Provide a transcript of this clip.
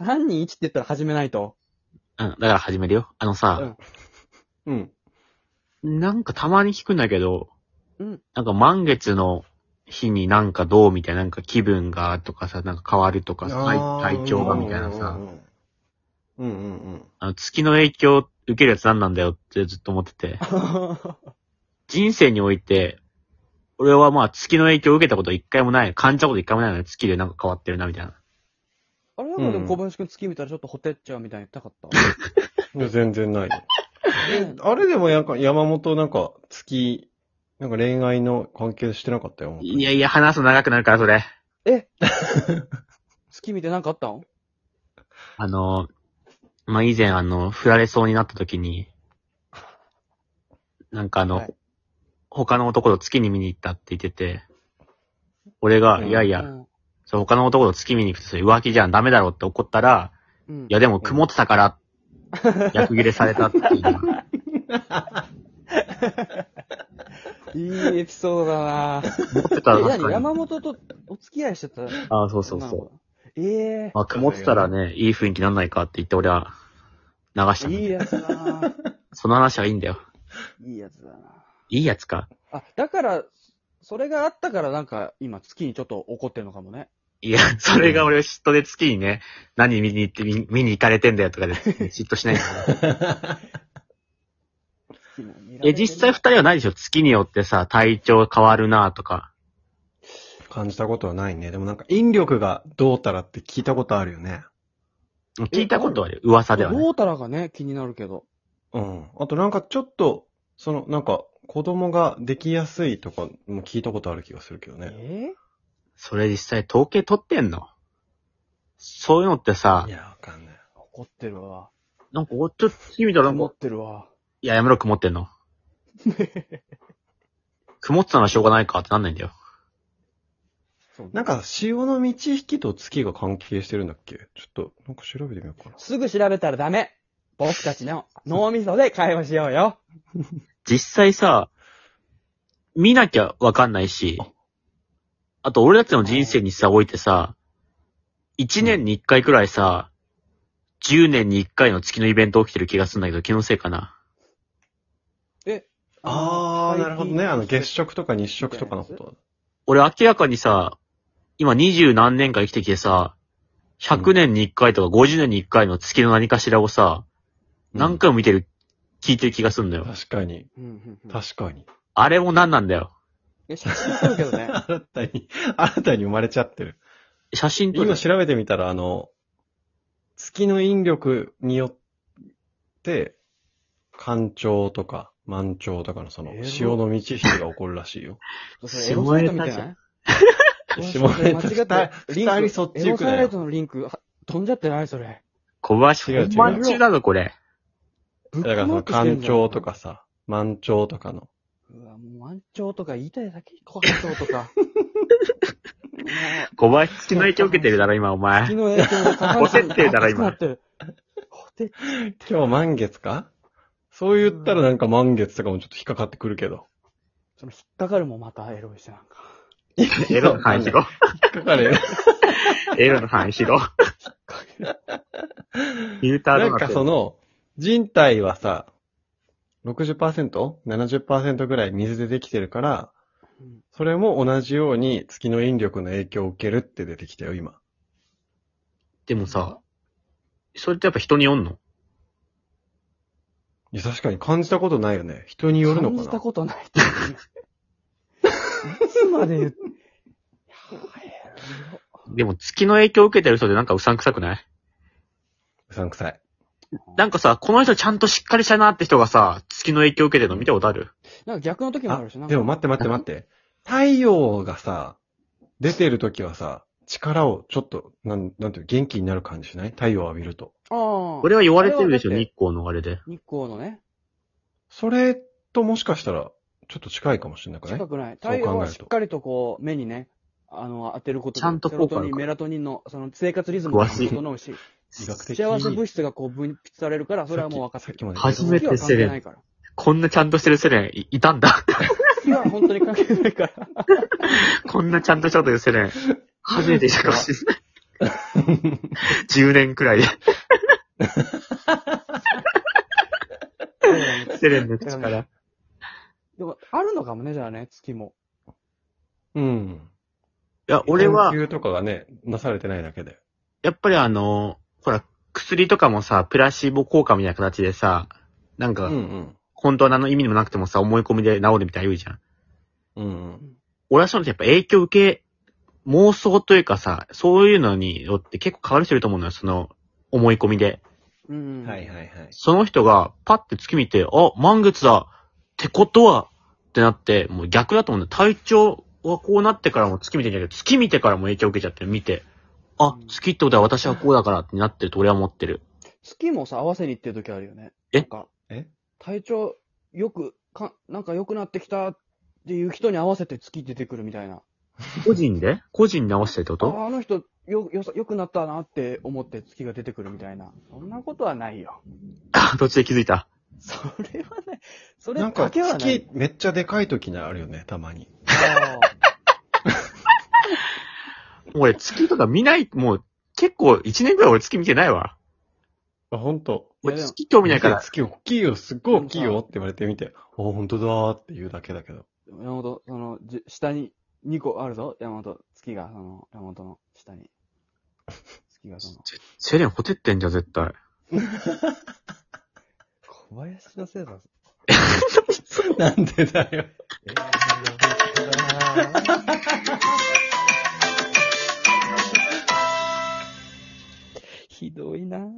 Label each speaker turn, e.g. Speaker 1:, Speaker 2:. Speaker 1: 3、2、1って言ったら始めない と。
Speaker 2: うん、だから始めるよ。あのさ、
Speaker 1: うん。
Speaker 2: なんかたまに聞くんだけど、
Speaker 1: うん
Speaker 2: なんか満月の日になんかどうみたいな、なんか気分がとかさ、なんか変わるとかさ、体体調がみたいなさ、。
Speaker 1: うんうんうん。
Speaker 2: あの月の影響受けるやつ何なんだよってずっと思ってて、人生において、俺はまあ月の影響を受けたこと一回もない、感じたこと一回もないのに月でなんか変わってるなみたいな。
Speaker 1: あれなんかで
Speaker 3: う
Speaker 1: も
Speaker 3: ん
Speaker 1: 小林くん月見たらちょっとほてっちゃうみたいに言ったかっ
Speaker 3: いや、全然ない。え
Speaker 1: た。
Speaker 3: あれでもなんか山本なんか月、なんか恋愛の関係してなかったよ。本当に
Speaker 2: いやいや、話すの長くなるからそれ。
Speaker 1: 月見てなんかあったん
Speaker 2: あの、まあ、以前あの、振られそうになった時に、なんかあの、
Speaker 1: はい
Speaker 2: 他の男と月に見に行ったって言ってて、俺が、
Speaker 3: うん
Speaker 2: いやいうや、
Speaker 1: ん。
Speaker 2: それ他の男と月見に行くとそれ浮気じゃん、ダメだろって怒ったら、
Speaker 1: うん
Speaker 2: いやでも曇ってたから、逆切れされたっていうの が。
Speaker 1: いいエピソードだ なぁ。
Speaker 2: 曇ってたら
Speaker 1: え
Speaker 2: 確
Speaker 1: 何
Speaker 2: かに。
Speaker 1: 山本とお付き合いしてた
Speaker 2: ああ、そうそうそう。
Speaker 1: う。ええ
Speaker 2: まあ、曇ってたらね、いい雰囲気なんないかって言って俺は流したの
Speaker 1: いいやつだなぁ。
Speaker 2: その話はいいんだよ。
Speaker 1: いいやつだない
Speaker 2: いやつか。
Speaker 1: ぁ。あ、だから、それがあったからなんか今月にちょっと怒ってるのかもね。
Speaker 2: いや、 それが俺嫉妬で月にね、何見に行って見見に行かれてんだよとか で嫉妬しないんだよ。
Speaker 1: 月に見られて
Speaker 2: え、
Speaker 1: る
Speaker 2: 実際二人はないでしょ月によってさ、体調変わるなとか。
Speaker 3: 感じたことはないね。でもなんか引力がどうたらって聞いたことあるよね。
Speaker 2: 聞いたことはあるよ。噂ではね。
Speaker 1: どうたらがね、気になるけど。
Speaker 3: うん。あとなんかちょっと、そのなんか子供ができやすいとかも聞いたことある気がするけどね。
Speaker 1: え
Speaker 2: それ実際統計取ってんのそういうのってさ
Speaker 3: い、や、わかんない。
Speaker 1: 怒ってるわ。
Speaker 2: なんか、おちょっと月見たらなん
Speaker 1: 怒
Speaker 2: か
Speaker 1: っ、てる わ。
Speaker 2: いや、やめろ、曇ってんの。曇ってたのはしょうがないかってなんないんだよ。
Speaker 1: そう
Speaker 3: なんか潮の満ち引きと月が関係してるんだっけちょっと、なんか調べてみようかな。
Speaker 1: すぐ調べたらダメ僕たちの脳みそで会話しようよ
Speaker 2: 実際さ、見なきゃわかんないし、あと俺たちの人生にさ、おいてさ、1年に1回くらいさ、10年に1回の月のイベント起きてる気がするんだけど、気のせいかな。
Speaker 3: あー、なるほどね。あの月食とか日食とかのこ
Speaker 1: み
Speaker 3: と。
Speaker 2: 俺明らかにさ、今20何年間生きてきてさ、100年に1回とか50年に1回の月の何かしらをさ、
Speaker 3: うん
Speaker 2: 何回も見てる、聞いてる気がするんだよ。
Speaker 3: 確かに。
Speaker 1: うんうんうん
Speaker 3: 確かに。
Speaker 2: あれも何なんだよ。
Speaker 1: え写真撮るけ どね。
Speaker 3: 新たに、新たに生まれちゃってる。
Speaker 2: 写真撮る
Speaker 3: 今。調べてみたら、あの、月の引力によって、干潮とか満潮とかのその
Speaker 1: エロ
Speaker 3: 潮の満ち引きが起こるらし いよ。
Speaker 1: それエロサイトみたい な。
Speaker 3: 下ネ
Speaker 1: それ間
Speaker 3: タ
Speaker 1: 違って、リン
Speaker 3: 二人
Speaker 1: ク、
Speaker 3: そっち
Speaker 1: エ
Speaker 3: 行
Speaker 1: ロ
Speaker 3: くなよ
Speaker 1: サイトのリンク、は飛んじゃってないそれ。
Speaker 2: 小林
Speaker 3: 違う違う
Speaker 2: 本番中なのこれ。
Speaker 1: ぶっ
Speaker 3: だからそ
Speaker 1: 壊
Speaker 3: の
Speaker 1: してんじゃん
Speaker 3: 干潮と。かさ、満潮とかの。
Speaker 1: うわ、もう満潮とか言いたいだけ、小発潮と か。もう
Speaker 2: 小林月の影響受けてるだろ、今、お
Speaker 1: 月の
Speaker 2: 前。
Speaker 1: 影響で下半身
Speaker 2: ほてってるだろ今
Speaker 1: 熱くなってるほてっ
Speaker 3: 今日満月かそう言ったらなんか満月とかもちょっと引っかかってくるけど。
Speaker 1: その引っかかるもんまたエロいしてなんか。
Speaker 2: エロの範囲広。
Speaker 3: 引っかかる。
Speaker 2: エロの範囲広。フィルター
Speaker 3: な
Speaker 2: と
Speaker 3: ん
Speaker 2: か
Speaker 3: かその、人体はさ、60%?70% ぐらい水でできてるから、
Speaker 1: うん
Speaker 3: それも同じように月の引力の影響を受けるって出てきたよ、今。
Speaker 2: でもさ、それってやっぱ人によんの
Speaker 3: いや、確かに感じたことないよね。人によるの
Speaker 1: 感じ
Speaker 3: か
Speaker 1: た
Speaker 3: な
Speaker 1: ことないって言う。いつまで言う。
Speaker 2: でも月の影響受けてる人でなんかうさんくさくないう
Speaker 3: さんくさい。
Speaker 2: なんかさ、この人ちゃんとしっかりしたなって人がさ、月の影響受けてるの見たことある
Speaker 1: なんか逆の時もあ
Speaker 3: あ
Speaker 1: るしな。、
Speaker 3: でも待って待って待って。太陽がさ、出てる時はさ、力をちょっと、なん、なんていうの、元気になる感じしない太陽を浴びると。
Speaker 1: ああ。
Speaker 2: これは言われてるでしょ、
Speaker 1: あれはだって
Speaker 2: 日光のあれで。
Speaker 1: 日光のね、
Speaker 3: それともしかしたら、ちょっと近いかもしれないかね
Speaker 1: 近。くない。
Speaker 3: そう考
Speaker 1: 太
Speaker 3: えると
Speaker 1: 陽はしっかりとこう、目にね、あの、当てることで
Speaker 2: ちゃんと
Speaker 1: セ
Speaker 2: 効
Speaker 1: ロ
Speaker 2: 果あ
Speaker 1: トニ
Speaker 2: る
Speaker 1: ン、
Speaker 2: から
Speaker 1: メラトニンの、その生活リズムが
Speaker 2: 詳しい
Speaker 1: 整うし、
Speaker 3: 医学的に。
Speaker 1: 幸せ物質がこう分泌されるから、それはもう分かって
Speaker 3: さっ
Speaker 1: る。
Speaker 3: きまで。
Speaker 2: 初めて
Speaker 1: 月は関係ないから。
Speaker 2: こんなちゃんとしてるセレンい、いたんだ。
Speaker 1: 月は本当に関係ないから。
Speaker 2: こんなちゃんとしたこと言うセレン。初めてしたかもしれない。 10年くらいで。セレンの口から。
Speaker 1: でも、あるのかもね、じゃあね、月も。
Speaker 3: うん。
Speaker 2: いや、俺は
Speaker 3: 研、究とかがね、なされてないだけで。
Speaker 2: やっぱりあの、ほら、薬とかもさ、プラシーボ効果みたいな形でさ、なん
Speaker 3: う
Speaker 2: か、
Speaker 3: ん
Speaker 2: 本当は何の意味でもなくてもさ、思い込みで治るみたいな言うじゃん。
Speaker 3: うん。うん
Speaker 2: 俺はそういうのってやっぱ影響受け、妄想というかさ、そういうのによって結構変わる人いると思うのよ、その、思い込みで。
Speaker 1: う。
Speaker 3: うんん。はいはいはい。
Speaker 2: その人が、パッて月見て、あ、満月だってことはってなって、もう逆だと思うんだよ。体調はこうなってからも月見てんじゃなくて、月見てからも影響受けちゃってる、見て。あ、月ってことは私はこうだからってなってると俺は思ってる。
Speaker 1: 月もさ、合わせに行ってる時あるよね。
Speaker 2: え
Speaker 1: なんか、
Speaker 3: え
Speaker 1: 体調、よく、か、なんか良くなってきたっていう人に合わせて月出てくるみたいな。
Speaker 2: 個人で個人に合わせてってこ
Speaker 1: あ
Speaker 2: と
Speaker 1: あ、あの人、よ、よさ、良くなったなって思って月が出てくるみたいな。そんなことはないよ。
Speaker 2: あ、途中で気づいた。
Speaker 1: それはね、それ
Speaker 3: なん
Speaker 1: だ
Speaker 3: か、
Speaker 1: けはない。
Speaker 3: 月めっちゃでかい時にあるよね、たまに。
Speaker 1: あ
Speaker 2: 俺月とか見ない、もう結構1年くらい俺月見てないわ。
Speaker 3: あ、ほんと。
Speaker 1: いやで
Speaker 2: 俺
Speaker 1: も
Speaker 2: 月興味ないから。
Speaker 3: 月大きいよ、すっごい大きいよって言われてみて、お、ほんとだーって言うだけだけど。
Speaker 1: ー山本、その、じ下に2個あるぞ、山本。月が、その、山本の下に。月がその、
Speaker 2: セレンホテってんじゃん、絶対。
Speaker 1: 小林のせいだぞ。
Speaker 3: なんでだよ。
Speaker 1: ひどいなぁ。